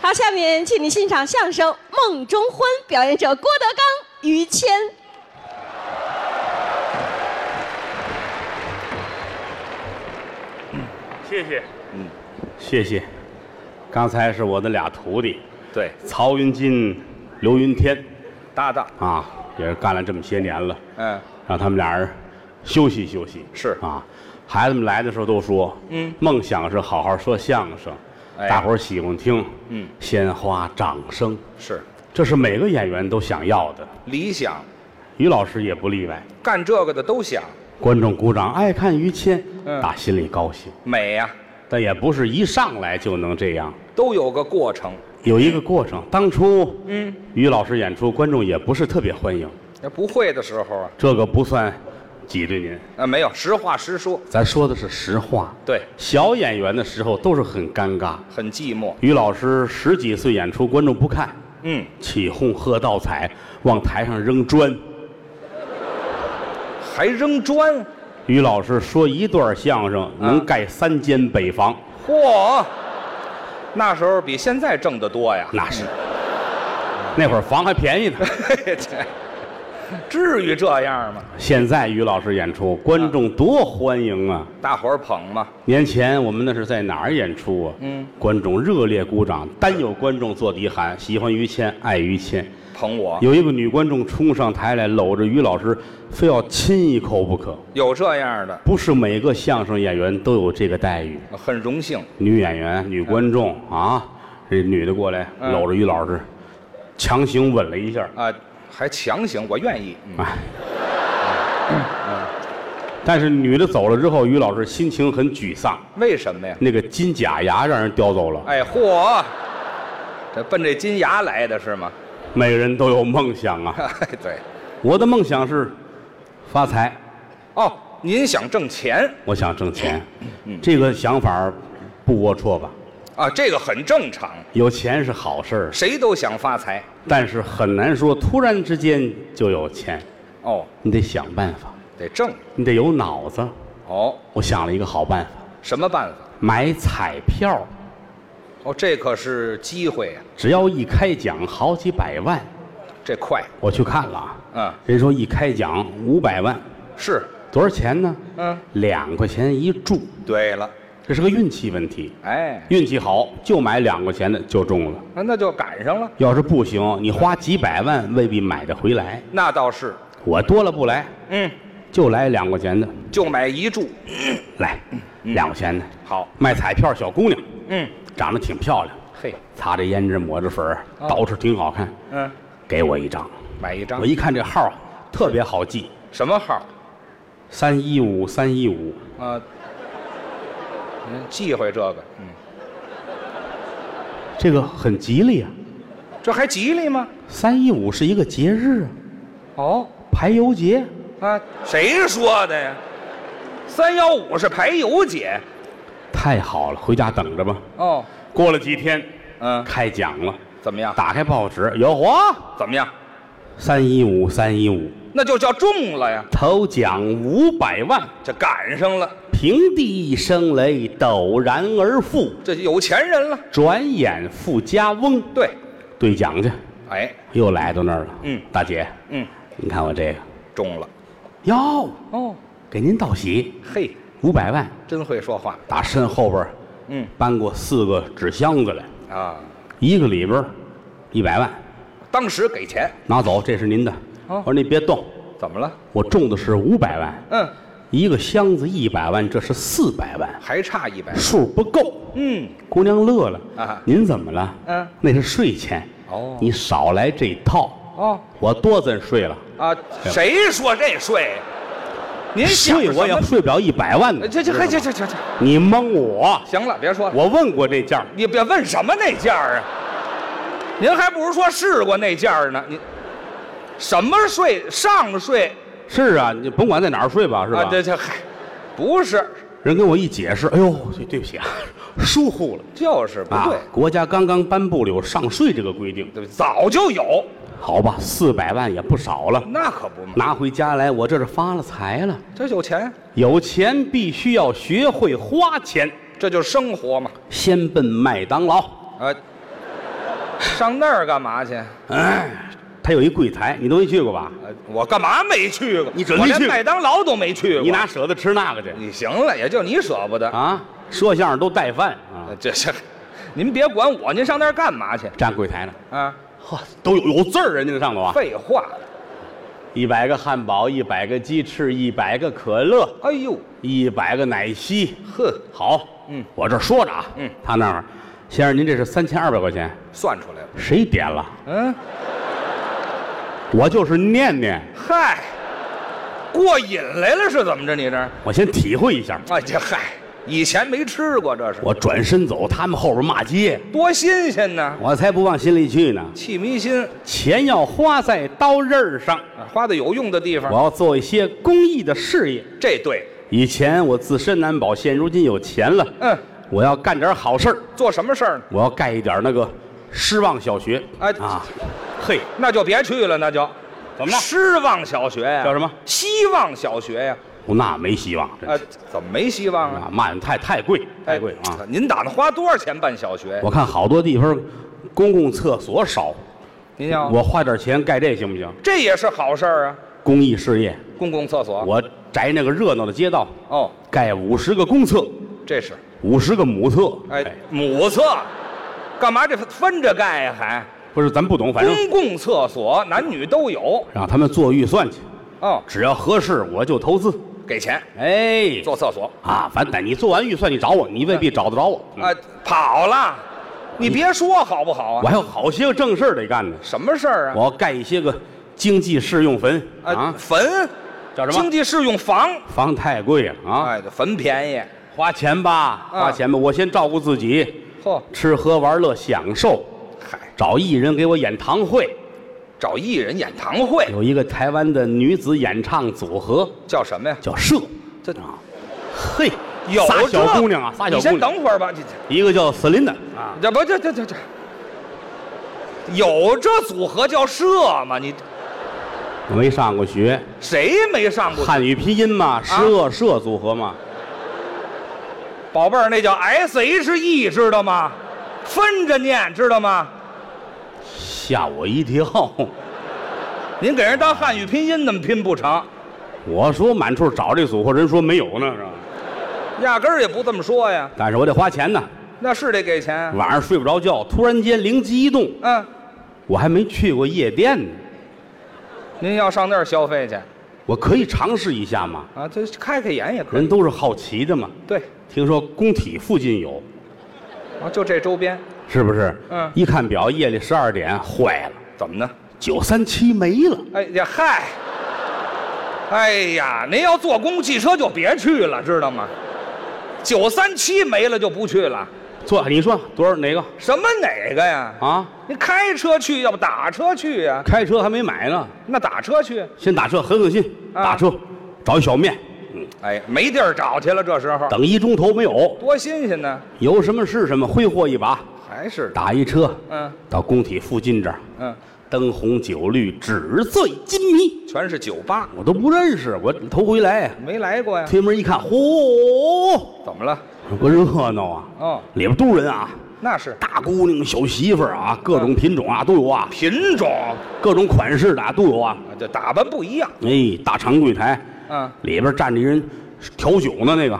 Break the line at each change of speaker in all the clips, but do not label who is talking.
好，下面请您欣赏相声《梦中婚》，表演者郭德纲、于谦。
谢谢，
嗯，
谢谢。刚才是我的俩徒弟，
对，
曹云金、刘云天
搭档，
啊，也是干了这么些年了，
嗯，
让他们俩人休息休息。
是
啊，孩子们来的时候都说，
嗯，
梦想是好好说相声，
哎
大伙儿喜欢听，
嗯，
鲜花、掌声，
是
这是每个演员都想要的，
理想，
于老师也不例外。
干这个的都想
观众鼓掌，爱看于谦，
嗯
打心里高兴，
美呀、
但也不是一上来就能这样，
都有个过程。
有一个过程。当初，
嗯，
于老师演出，观众也不是特别欢迎，
那不会的时候啊，
这个不算挤兑您，
啊，没有，实话实说，
咱说的是实话。
对，
小演员的时候都是很尴尬。
很寂寞。
于老师十几岁演出，观众不看，
嗯，
起哄喝倒彩，往台上扔砖。
还扔砖，
于老师说一段相声能盖三间北房，
嚯，那时候比现在挣得多呀。
那 是。那会儿房还便宜呢。
这 至于这样吗？
现在于老师演出，观众多欢迎啊！
大伙儿捧嘛，
年前我们那是在哪儿演出啊？
嗯，
观众热烈鼓掌，单有观众做底喊，喜欢于谦，爱于谦。
捧我
有一个女观众冲上台来，搂着于老师，非要亲一口不可。
有这样的，
不是每个相声演员都有这个待遇。
很荣幸。
女演员、女观众啊，这女的过来
嗯
搂着于老师，强行吻了一下。
啊，还强行，我愿意。嗯
哎，嗯但是女的走了之后，于老师心情很沮丧，
为什么呀？
那个金假牙让人叼走了。
哎，嚯，这奔这金牙来的是吗？
每个人都有梦想啊，
哎，对。
我的梦想是发财，
哦，您想挣钱
我想挣钱，这个想法儿不龌龊吧？
啊，这个很正常，
有钱是好事儿，
谁都想发财。
但是很难说突然之间就有钱，
哦，
你得想办法，
得挣。
你得有脑子。
哦，
我想了一个好办法，
什么办法？
买彩票，
哦，这可是机会呀、
只要一开奖好几百万，
这快，
我去看了啊。
嗯，
人说一开奖五百万，
是，
多少钱呢？
嗯，
两块钱一注，
对了，
这是个运气问题。
哎，啊
运气好就买两块钱的就中了，
那那就赶上了，
要是不行，你花几百万未必买得回来。
那倒是，
我多了不来，
嗯，
就来两块钱的，
就买一注，
来两块钱的。
好，
卖彩票小姑娘
嗯，
长得挺漂亮，
嘿，
擦着胭脂抹着粉儿，
哦
捯饬挺好看，
嗯，
给我一张。
买一张
我，一看这号特别好记，
什么号？
三一五三一五，
啊，嗯，忌讳这个，嗯，
这个很吉利啊。
这还吉利吗？
三一五是一个节日啊，
哦，
排油节。
啊，谁说的呀？三幺五是排油节
太好了，回家等着吧。
哦，
过了几天，
嗯，
开奖了，
怎么样？
打开报纸，有嚯，
怎么样？
三一五三一五，
那就叫中了呀，
头奖五百万，
这赶上了，
平地一声雷，陡然而富，
这有钱人了。
转眼富家翁。
对，
兑奖去，
哎，
又来到那儿了。
嗯
大姐，
嗯，
你看我这个，
中了。
哟，
哦，
给您道喜，
嘿，
五百万，
真会说话。
打身后边
嗯
搬过四个纸箱子来，
啊，
一个里边一百万，
当时给钱，
拿走，这是您的。
哦
我说你别动，
怎么了？
我中的是五百万，
嗯，
一个箱子一百万，这是四百万，
还差一百。
数不够。
嗯，
姑娘乐了
啊
您怎么了？
嗯，
那是税钱。
哦
你少来这一套。
哦
我多咱税了，
啊，谁说这税？您想
税我
什
也
么哎
税不了一百万呢。
这这还
知
这
道
这
吗
这这，
你蒙我，
行了，别说了，
我问过这价儿，
你别问什么那价儿啊。您还不如说试过那价儿呢。您什么税？上税
是啊，你甭管在哪儿税吧，是
啊
吧？？
这这嗨，不是，
人跟我一解释，哎呦，对对不起啊， 疏忽了
就是不
啊
对。！
国家刚刚颁布了有上税这个规定，
对，早就有，
好吧，四百万也不少了，
那可不嘛，
拿回家来，我这是发了财了。
这有钱，
有钱必须要学会花钱，
这就是生活嘛，
先奔麦当劳，
啊，上那儿干嘛去？啊
哎，他有一柜台，你都没去过吧？
呃我干嘛没去过？
你准
我
没去
连麦当劳都没去过。
你哪舍得吃那个去
你行了，也就你舍不得。
啊？说相声都带饭啊
呃，这是，您别管我，您上那儿干嘛去？
站柜台呢，
啊，
呵，都有有字儿，人家上头啊，
废话。
一百个汉堡，一百个鸡翅，一百个可乐，
哎呦，
一百个奶昔。
呵，
好，
嗯
我这说着啊，
嗯，
他那儿，先生您这是三千二百块钱，
算出来了。
谁点了？
嗯，
我就是念念，
嗨，过瘾来了是怎么着？你这儿，
我先体会一下。
哎这嗨，以前没吃过，这是
我转身走，他们后边骂街，
多新鲜呢！
我才不往心里去呢。
气迷心，
钱要花在刀刃上，
啊花在有用的地
我
方，
要做一些公益的事业。
这对。
以前我自身难保，现如今有钱了，
嗯，
我要干点好事儿，
做什么事儿呢？
我要盖一点那个失望小学。
哎
啊，嘿，
那就别去了，那就
怎么了
失望小学呀、
叫什么？
希望小学呀、
我那没希望，真
啊？怎么没希望啊？
啊，卖的太太贵，
哎
太贵啊！！
您打算花多少钱办小学？
我看好多地方公共厕所少，
您要
我花点钱盖这行不行？
这也是好事儿啊，
公益事业，
公共厕所。
我宅那个热闹的街道，
哦，
盖五十个公厕，
这是
五十个母厕。
哎，母厕，干嘛这分着盖呀、还
不是咱不懂，反正
公共厕所男女都有
让他们做预算去，
哦，
只要合适我就投资。
给钱
哎，
做厕所
啊，反正你做完预算你找我，你未必找得着我。嗯
啊，跑了，你别说好不好
我
啊？
还有好些个正事儿得干呢，
什么事儿啊？
我要盖一些个经济适用坟啊，
坟
叫什
经
么？
济适用房，
房太贵了啊。
哎，坟便宜，
花钱吧，
嗯
花钱吧，我先照顾自己，
嚯，
吃喝玩乐享受，
嗨，
找艺人给我演堂会。
找艺人演堂会
有一个台湾的女子演唱组合
叫什么呀？
叫社，
这
啊，嘿，
有
仨小
这
姑娘啊，仨小
你
姑
先
娘，
等会儿吧，这这
一个叫 Selina 啊，
这不这这这这，有这组合叫社吗？你
我没上过学，
谁没上过？
汉语拼音嘛，
啊
社社组合嘛，
宝贝儿，那叫 S H E，知道吗？分着念，知道吗？
吓我一跳。
您给人当汉语拼音那么拼不成，
我说满处找这组合，人说没有呢，是吧？
压根儿也不这么说呀。
但是我得花钱呢，
那是得给钱啊。
晚上睡不着觉，突然间灵机一动，
嗯，
我还没去过夜店呢。
您要上那儿消费去
我可以尝试一下吗？
啊？这开开眼也可以。
人都是好奇的嘛。
对，
听说工体附近有，
啊，就这周边
是不是？
嗯
一看表，夜里十二点，坏了，
怎么呢？
九三七没了。
哎呀，嗨！哎呀，您要坐公共汽车就别去了，知道吗？九三七没了就不去了，
坐，你说多少哪个
什么哪个呀？
啊？
您开车去，要不打车去呀、
开车还没买呢，
那打车去？
先打车狠狠心，
啊
打车，找一小面，嗯，
哎，没地儿找去了，这时候
等一钟头没有，
多新鲜呢！
有什么是什么，挥霍一把，
还是
打一车，
嗯
到工体附近这儿，
嗯，
灯红酒绿，纸醉金迷，
全是酒吧，
我都不认识，我头回来，啊
没来过呀？
推门一看，嚯！
怎么了？
多热闹啊！
哦，
里边都是人啊，
那是
大姑娘、小媳妇儿啊，各种品种啊都有啊，
品种啊，
各种款式的、啊、都有啊。
这打扮不一样。
哎，大长柜台，
嗯，
里边站着一人调酒呢，那个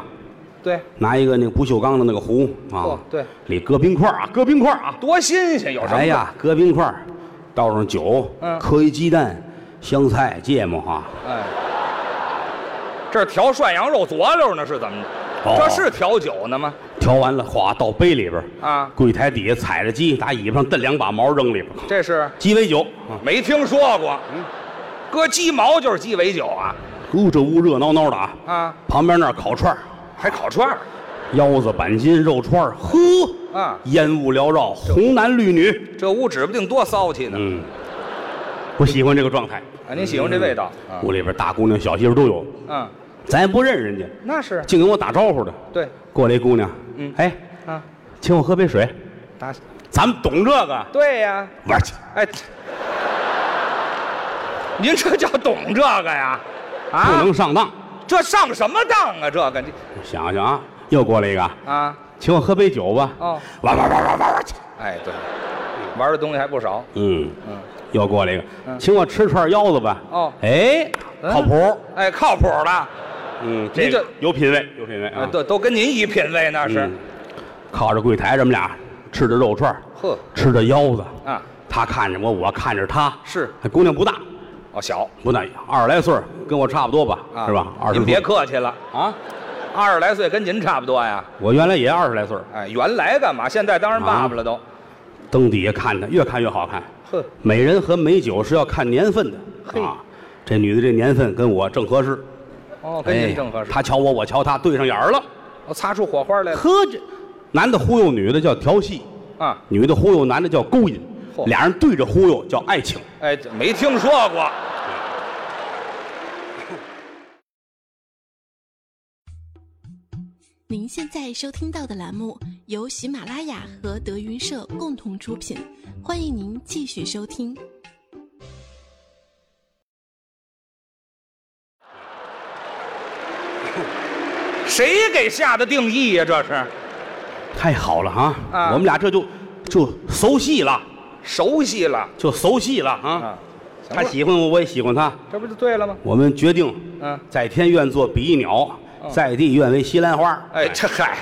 对，
拿一个那个不锈钢的那个壶啊
哦，对，
里搁冰块啊，搁冰块啊，
多新鲜，有什么？
哎，呀，搁冰块，倒上酒，
嗯
磕一鸡蛋，香菜、芥末啊，
哎，这是调涮羊肉佐料呢，是怎么着？
哦
这是调酒呢吗？
调完了，哗，倒杯里边
啊
柜台底下踩着鸡，打尾巴上蹬两把毛扔里边，
这是
鸡尾酒，啊
没听说过。
嗯
搁鸡毛就是鸡尾酒啊
呜这屋热闹闹的啊。
啊，
旁边那儿烤串儿
还烤串儿
腰子、板筋、肉串儿，呵，
啊，
烟雾缭绕，红男绿女，
这屋指不定多骚气呢。
嗯，我喜欢这个状态。
啊，您喜欢这味道啊？
屋里边大姑娘、小媳妇都有，
嗯，
咱也不认识人家，
那是
净跟我打招呼的。
对
过来一姑娘，
嗯
哎，
啊，
请我喝杯水，
打
咱们懂这个，
对呀、
玩去。
哎， 您这叫懂这个呀？
不
啊，
能上当。
这上什么当啊？这个你
想想啊，又过来一个，
啊，
请我喝杯酒吧。
哦
玩玩玩玩玩玩去。
哎，对，玩的东西还不少。
嗯，又过来一个，请我吃串腰子吧。
嗯哦
哎，
嗯
靠谱，
哎，靠谱的，
嗯，
您
这个
这
有品位，有品位啊
哎，。都都跟您一品位那是
嗯。靠着柜台，咱们俩吃着肉串儿，
呵
吃着腰子。
啊，
他看着我，我看着他。哎
是
姑娘不大，
哦小
不大，二十来岁儿，跟我差不多吧，
啊
是吧？二十
您
岁
别客气了，
啊，
二十来岁跟您差不多呀。
我原来也二十来岁儿，
哎，原来干嘛？现在当然爸爸了都。
灯底下看她，越看越好看。
呵，
美人和美酒是要看年份的
嘿
啊，这女的这年份跟我正合适，哎
哦，跟您正合适。
她瞧我，我瞧她，对上眼儿了。
哦，擦出火花来了
呵，这男的忽悠女的叫调戏，
啊！
女的忽悠男的叫勾引，
嚯
俩人对着忽悠叫爱情。
哎，这没听说过。
您现在收听到的栏目由喜马拉雅和德云社共同出品，欢迎您继续收听。
谁给下的定义呀、这是
太好了啊！
啊
我们俩这就就熟悉了，
熟悉了
就熟悉了啊！
啊，行
她
了，
喜欢我，我也喜欢她。
这不就对了吗？
我们决定，
嗯
在天愿做比翼鸟，在地愿为西兰花。
哎，这嗨，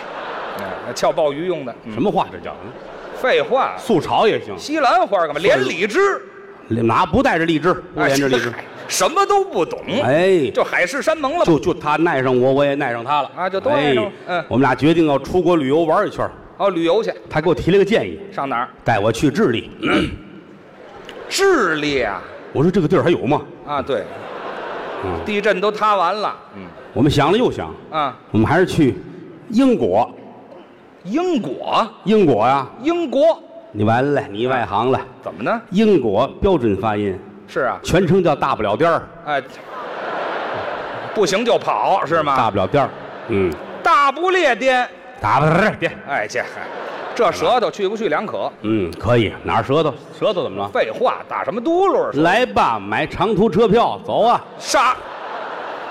哎撬鲍鱼用的，嗯
什么话这叫？
废话，
素炒也行，
西兰花干嘛？连理枝，
拿不带着荔枝，不
哎
连着荔枝
这。嗨什么都不懂，
哎，
就海誓山盟了吧。
就就她爱上我，我也爱上她了
啊就都爱上了
哎
嗯
我们俩决定要出国旅游玩一圈儿。
哦，旅游去，
她给我提了个建议，
上哪儿？
带我去智利。
智利啊，
我说这个地儿还有吗？
啊对，
嗯
地震都塌完了，嗯
我们想了又想，
啊，
我们还是去英国。
英国，
英国呀、
英国
你完了，你外行了。
怎么呢？
英国标准发音，
是啊，
全称叫大不了颠儿，
哎，不行就跑是吗？
大不了颠儿，嗯，
大不列颠，
大不了颠儿，
哎，这嗨，这舌头去不去两可？
嗯，可以。哪儿舌头？舌头怎么了？
废话，打什么嘟噜啊？
来吧，买长途车票，走啊！
杀！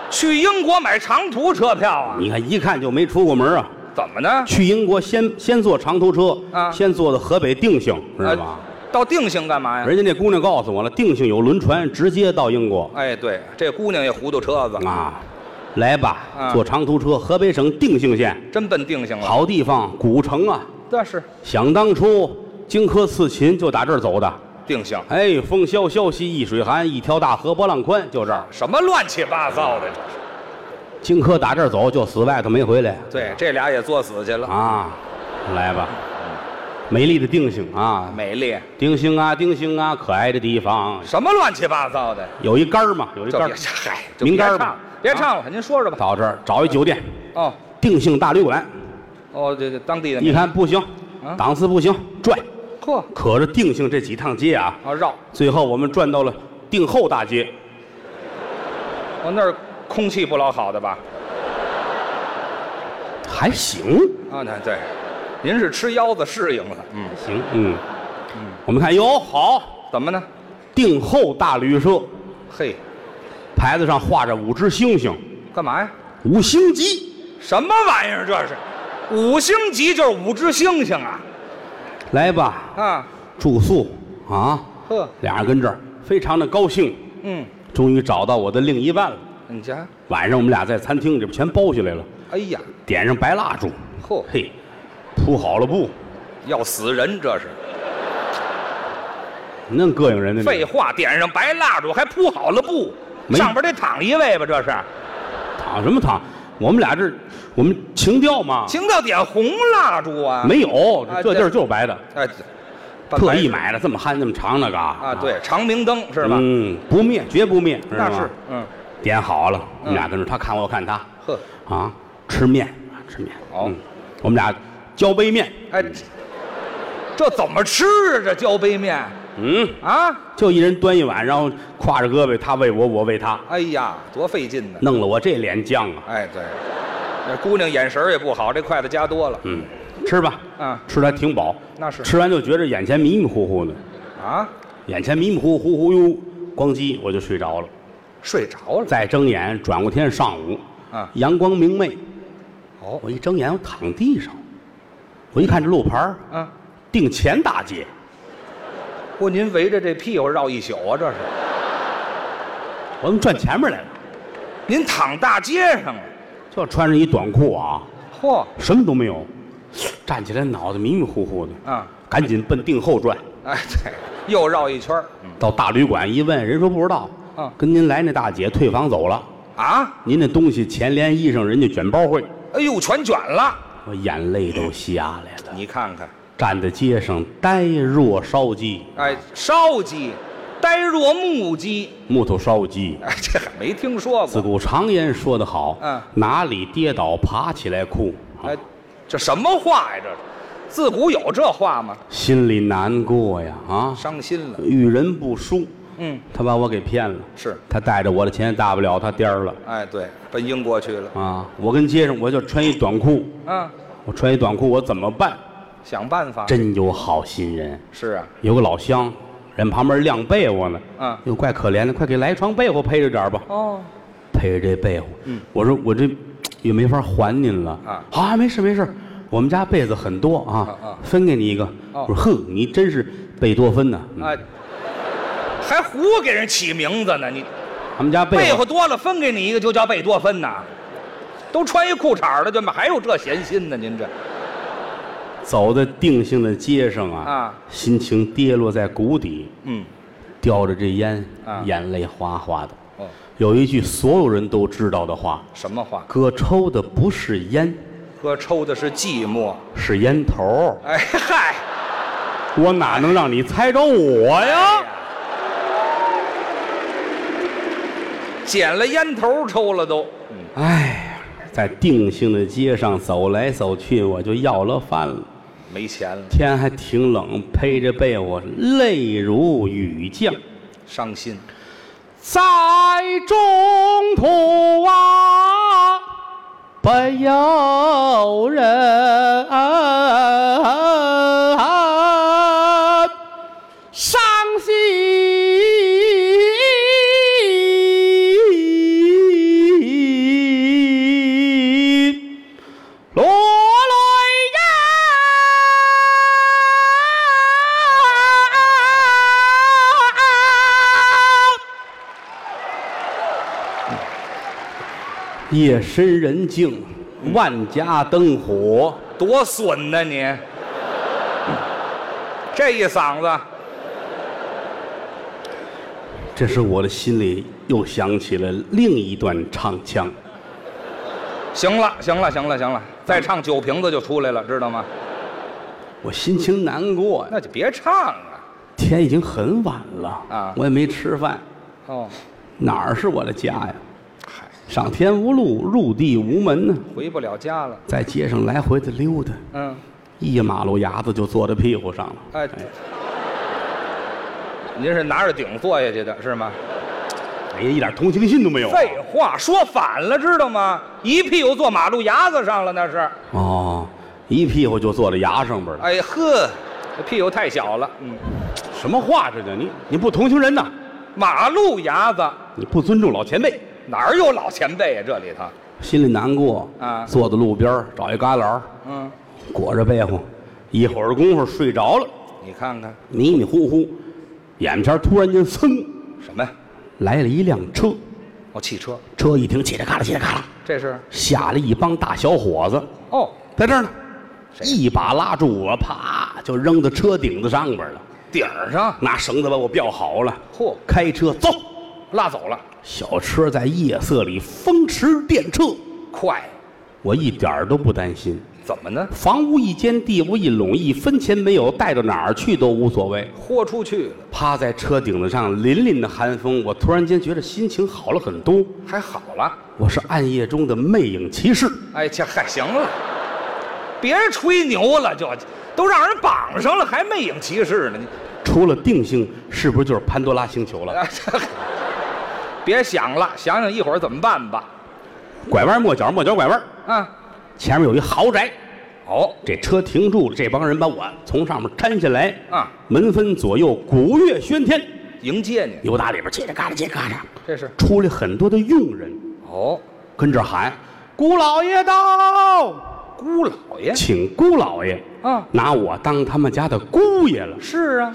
去英国买长途车票啊？
你看一看就没出过门啊。
怎么呢？
去英国先先坐长途车，
啊
先坐到河北定兴，知道吗？
哎到定兴干嘛呀？
人家那姑娘告诉我了，定兴有轮船，直接到英国
哎，对，这姑娘也糊涂车子，
啊。来吧，
啊
坐长途车，河北省定兴县，
真奔定兴了。，
好地方，古城啊。
那是
想当初，荆轲刺秦就打这儿走的。
定兴，
哎，风萧萧兮易水寒，一条大河波浪宽，就这儿。
什么乱七八糟的？这是
荆轲打这儿走，就死外头没回来。
对，这俩也作死去了。
啊，来吧，美丽的定兴啊，
美丽，
定兴啊，定兴啊，可爱的地方。
什么乱七八糟的？
有一杆儿嘛，有一
就
杆
别
儿。
嗨，就
名
别
单儿
唱
吧啊
了，别唱了，您说说吧。
到这儿找一酒店，
哦
定兴大旅馆。
哦，这这当地的
一
名，
看不行，
啊
档次不行，拽。
呵，
可着定兴这几趟街啊，
啊绕，
最后我们转到了定后大街。
哦那儿空气不老好的吧？
还行，
啊，那对，您是吃腰子适应了，嗯，
行，嗯，我们看哟，好，
怎么呢？
定后大旅社
嘿，
牌子上画着五只星星，
干嘛呀？
五星级。
什么玩意儿这是？五星级就是五只星星啊！
来吧，
啊，
住宿啊，
呵，
俩人跟这儿非常的高兴，
嗯，
终于找到我的另一半了。
你家，
晚上我们俩在餐厅里边全包下来了，
哎呀，
点上白蜡烛，
嚯，
嘿，铺好了布，
要死人这是！
那膈应人的。
废，话，点上白蜡烛还铺好了布，
没
上边得躺一位吧？这是
躺什么躺？我们俩这我们情调嘛，
情到点红蜡烛啊！，
没有
啊，
这
对
地儿就是白的，
哎，
特意
买
买的，这么憨这么长那个
啊，
啊
对，长明灯是吧？
嗯，不灭，绝不灭，知道
那
吗
是，嗯，
点好了，我们俩跟着他看我，我看他，
呵，
啊，吃面，吃面，
好
嗯，我们俩交杯面，
哎，这这怎么吃啊？这浇杯面
嗯，
啊？
就一人端一碗，然后挎着胳膊，他喂我，我喂他，
哎呀，多费劲呢！
弄了我这脸犟啊，
哎，对，那姑娘眼神儿也不好，这筷子加多了
嗯，吃吧，
嗯
吃的还挺饱，
那是
吃完就觉着眼前迷迷糊糊的，
啊，
眼前迷迷糊糊糊哟，咣叽我就睡着了，
睡着了。
再睁眼转过天上午，
啊
阳光明媚，
哦，
我一睁眼我躺地上，我一看这路牌儿
啊，
定前大街。
不，您围着这屁股绕一宿啊，这是？
我怎么转前面来了？
您躺大街上了？
就穿着一短裤啊，
嚯
什么都没有，站起来脑袋迷迷糊糊的，
啊！
赶紧奔定后转。
哎，对，又绕一圈儿
到大旅馆一问，人说不知道，
嗯
跟您来那大姐退房走了，
啊！
您那东西钱连衣裳人家卷包会，
哎呦，全卷了！
我眼泪都下来了。
你看看，
站在街上呆若烧鸡，
哎，烧鸡，呆若木鸡，
木头烧鸡。
哎，这还没听说
自
过。
古常言说得好，
嗯
哪里跌倒爬起来哭，啊
哎，这什么话呀？这是，自古有这话吗？
心里难过呀啊，
伤心了。
遇人不淑，
嗯，
他把我给骗了，
是
他带着我的钱，大不了他颠儿了
哎，对，奔英国去了。
啊。我跟街上我就穿一短裤，
嗯，
我穿一短裤我怎么办？
想办法。
真有好心人，
是啊，
有个老乡，人旁边晾被窝呢，
嗯
哟怪可怜的，快给来一床被窝配着点儿吧。
哦，
陪着这被子。我说我这也没法还您了。
嗯啊
好、没事没事，我们家被子很多啊，
啊啊
分给你一个。
哦
我说哼，你真是贝多芬呐、嗯
哎，还胡给人起名字呢，你。
他们家被
被
子
乎多了，分给你一个就叫贝多芬呐。都穿一裤衩了，就还有这闲心呢？您这
走在定性的街上啊，
啊
心情跌落在谷底，
嗯，
叼着这烟，
啊
眼泪哗哗的。
哦，
有一句所有人都知道的话：
什么话？
哥抽的不是烟，
哥抽的是寂寞。
是烟头儿。
哎嗨，
我哪能让你猜着我呀？
捡了烟头抽了都。嗯，
哎，在定性的街上走来走去，我就要了饭了。
没钱了，
天还挺冷，披着被我泪如雨降，
伤心。
在中途啊，不由人伤心。罗来人，夜深人静，万家灯火，
多损呐、你！这一嗓子，
这时我的心里又想起了另一段唱腔。
行了，行了，行了，行了，再唱酒瓶子就出来了，知道吗？
我心情难过呀，
那就别唱了。
天已经很晚了
啊
我也没吃饭，
哦，
哪儿是我的家呀？
嗨，
上天无路，入地无门呢，
回不了家了。
在街上来回的溜达，
嗯，
一马路牙子就坐在屁股上了。
哎，您是拿着顶坐下去的是吗？
哎呀，一点同情心都没有啊、
废话，说反了，知道吗？一屁股坐马路牙子上了，那是。
哦，一屁股就坐在牙上边了。
哎呵，这屁股太小了。嗯，
什么话这叫你？你不同情人呐？
马路牙子
你不尊重老前辈，
哪儿有老前辈啊？这里头，
心里难过
啊
坐在路边儿找一旮旯儿，
嗯，
裹着被乎，一会儿功夫睡着了，
你看看
迷迷糊糊，眼前突然间噌
什么呀？
来了一辆车，
哦，汽车，
车一停，起来嘎啦起来嘎啦，
这是
下来一帮大小伙子，
哦，
在这儿呢，
谁
一把拉住我，啪就扔到车顶子上边了，
顶儿上，
拿绳子把我吊好了，
嚯，
开车走。
拉走了，
小车在夜色里风驰电掣，
快，
我一点儿都不担心。
怎么呢？
房屋一间，地屋一垄，一分钱没有，带到哪儿去都无所谓。
豁出去了，
趴在车顶子上，凛凛的寒风，我突然间觉得心情好了很多。
还好了。
我是暗夜中的魅影骑士，
哎，这嗨，行了，别吹牛了，就都让人绑上了，还魅影骑士呢。你
除了定性，是不是就是潘多拉星球了？
哎，这别想了，想想一会儿怎么办吧。
拐弯抹角，抹角拐弯，
啊，
前面有一豪宅，
哦，
这车停住了，这帮人把我从上面搀下来，
啊，
门分左右，鼓乐喧天，
迎接你，
由打里边叽里嘎啦叽里嘎啦，
这是
出来很多的佣人，
哦，
跟这儿喊：“姑老爷到，
姑老爷
请姑老爷。”
啊，
拿我当他们家的姑爷了。
是啊，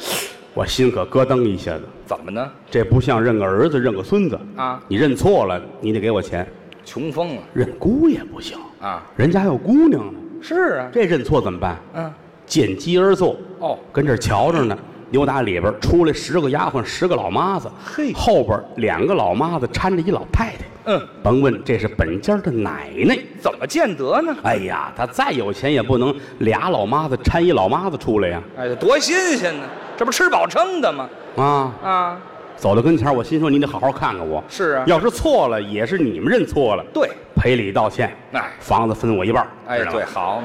我心可咯噔一下子，
怎么呢？
这不像认个儿子认个孙子
啊
你认错了，你得给我钱。
穷疯了
认姑爷不行，
啊！
人家还有姑娘呢，
是啊，
这认错怎么办？
嗯，
见机而坐，
哦，
跟这儿瞧着呢。扭打里边儿出来十个丫鬟，十个老妈子，
嘿
后边儿两个老妈子搀着一老太太，
嗯，
甭问这是本家的奶奶。
怎么见得呢？
哎呀，他再有钱也不能俩老妈子搀一老妈子出来呀、
哎呀，多新鲜呢！这不吃饱撑的吗？
啊！
啊，
走到跟前儿，我心说你得好好看看我。
是啊
要是错了，也是你们认错了，
对，
赔礼道歉。
哎
房子分我一半儿。
哎，
知道吗
对，。好嘛，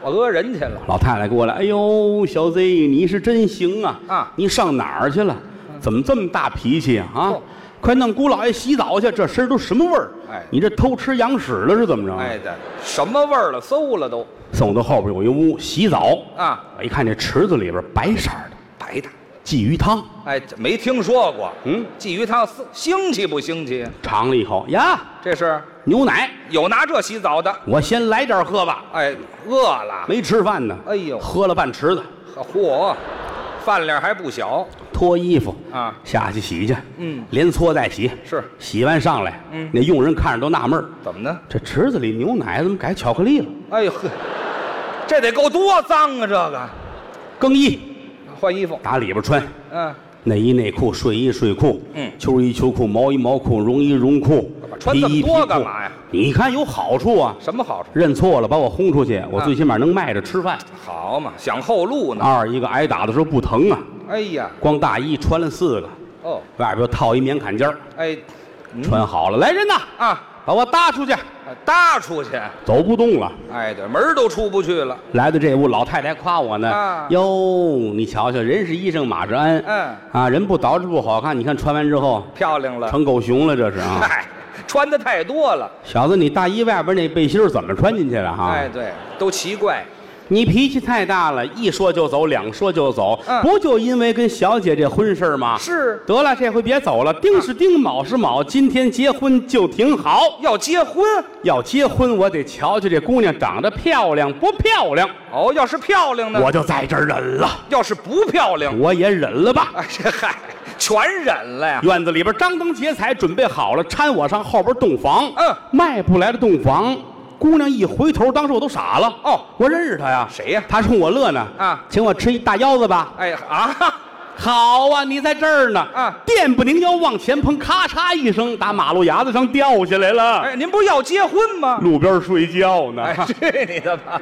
我讹人去了。
老太太过来，哎呦，小 Z，你是真行啊！
啊嗯
你上哪儿去了？怎么这么大脾气啊？啊
哦
快弄姑老爷洗澡去，这身儿都什么味儿？
哎
你这偷吃羊屎了是怎么着？啊
哎，的，什么味儿了？馊了都
送到后边有一屋洗澡，
啊！
我一看这池子里边白色儿的
白的，
鲫鱼汤，
哎，这没听说过。
嗯，
鲫鱼汤腥腥气不腥气？
尝了一口呀，
这是
牛奶，
有拿这洗澡的。
我先来点儿喝吧。
哎，饿了，
没吃饭呢，
哎呦
喝了半池子，
嚯，饭量还不小
脱衣服
啊
下去洗去，
嗯
连搓带洗，
是
洗完上来，
嗯
那佣人看着都纳闷儿
怎么呢？
这池子里牛奶怎么改巧克力了？
哎呦呵，这得够多脏啊！这个
更衣
换衣服，
打里边穿，
嗯，
内衣内裤、睡衣睡裤，
嗯
秋衣秋裤、毛衣毛裤、绒衣绒裤，
穿
皮
这么
衣皮
多
裤
干嘛呀？
你看有好处啊，
什么好处？
认错了把我轰出去，我
啊
最起码能迈着吃饭。
好嘛，想后路呢。
二一个挨打的时候不疼啊，
哎呀，
光大衣穿了四个，
哦，
外边又套一棉坎肩儿
哎，嗯
穿好了，来人呐！
啊，
把我搭出去，
搭出去，
走不动了。
哎，对，门儿都出不去了。
来到这屋，老太太还夸我呢
啊。
哟，你瞧瞧，人是医生，马是鞍。
嗯
啊，人不捯饬不好看。你看穿完之后，
漂亮了。
成狗熊了，这是啊。
嗨，穿的太多了。
小子，你大衣外边那背心儿怎么穿进去的哈？
哎，对，都奇怪。
你脾气太大了，一说就走，两说就走，
嗯
不就因为跟小姐这婚事儿吗？
是
得了，这回别走了，丁是丁，卯是卯，今天结婚就挺好。
要结婚
要结婚，我得瞧瞧这姑娘长得漂亮不漂亮，
哦，要是漂亮呢？
我就在这儿忍了。
要是不漂亮，
我也忍了吧。
哎，这嗨，全忍 了呀。
院子里边张灯结彩，准备好了，搀我上后边洞房。
嗯
迈不来的洞房，姑娘一回头，当时我都傻了。
哦
我认识她呀，
谁呀
她冲我乐呢。
啊
请我吃一大腰子吧。
哎啊，
好啊，你在这儿呢。
啊
电不宁腰往前碰，咔嚓一声，打马路牙子上掉下来了。
哎，您不要结婚 吗？
路边睡觉呢。
哎， 去你的吧！